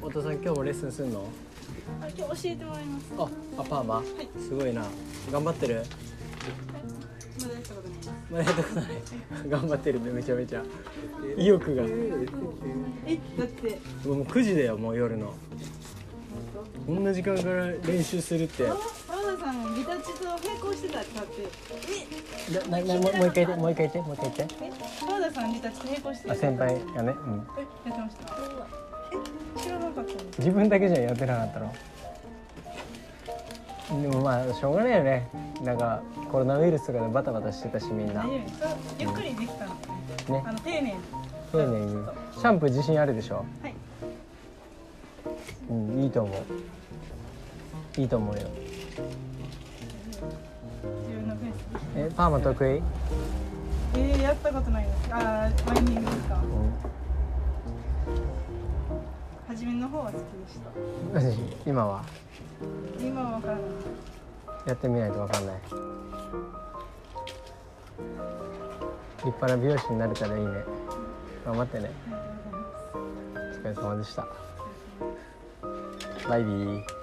今日もレッスンするのあ今日教えてもらいますああパーマ、すごいな頑張って るまだやったことないですまだやったことない頑張ってるねめちゃめちゃ意欲がえだってもう9時だよもう夜のこんな時間から練習するってあ原田さんギタチと並行してたってだってななもうもう一回言ってもう一回言ってもう一回言ってえ原田さんギタチと並行してあ先輩がね、うん、えやってましたえ知らなかったです自分だけじゃやってなかったのでもまあしょうがないよねなんかコロナウイルスとかでバタバタしてたしみんな大丈夫ねですそうゆっくりできたのあの丁寧に丁寧にシャンプー自信あるでしょはいうんいいと思ういいと思うよ自分のペースえパーマ得意、うん、えー、やったことないですあーワインディングですか初めの方は好きでした何今は今は分からないやってみないとわかんない立派な美容師になれたらいいね頑張ってねお疲れ様でしたバイビー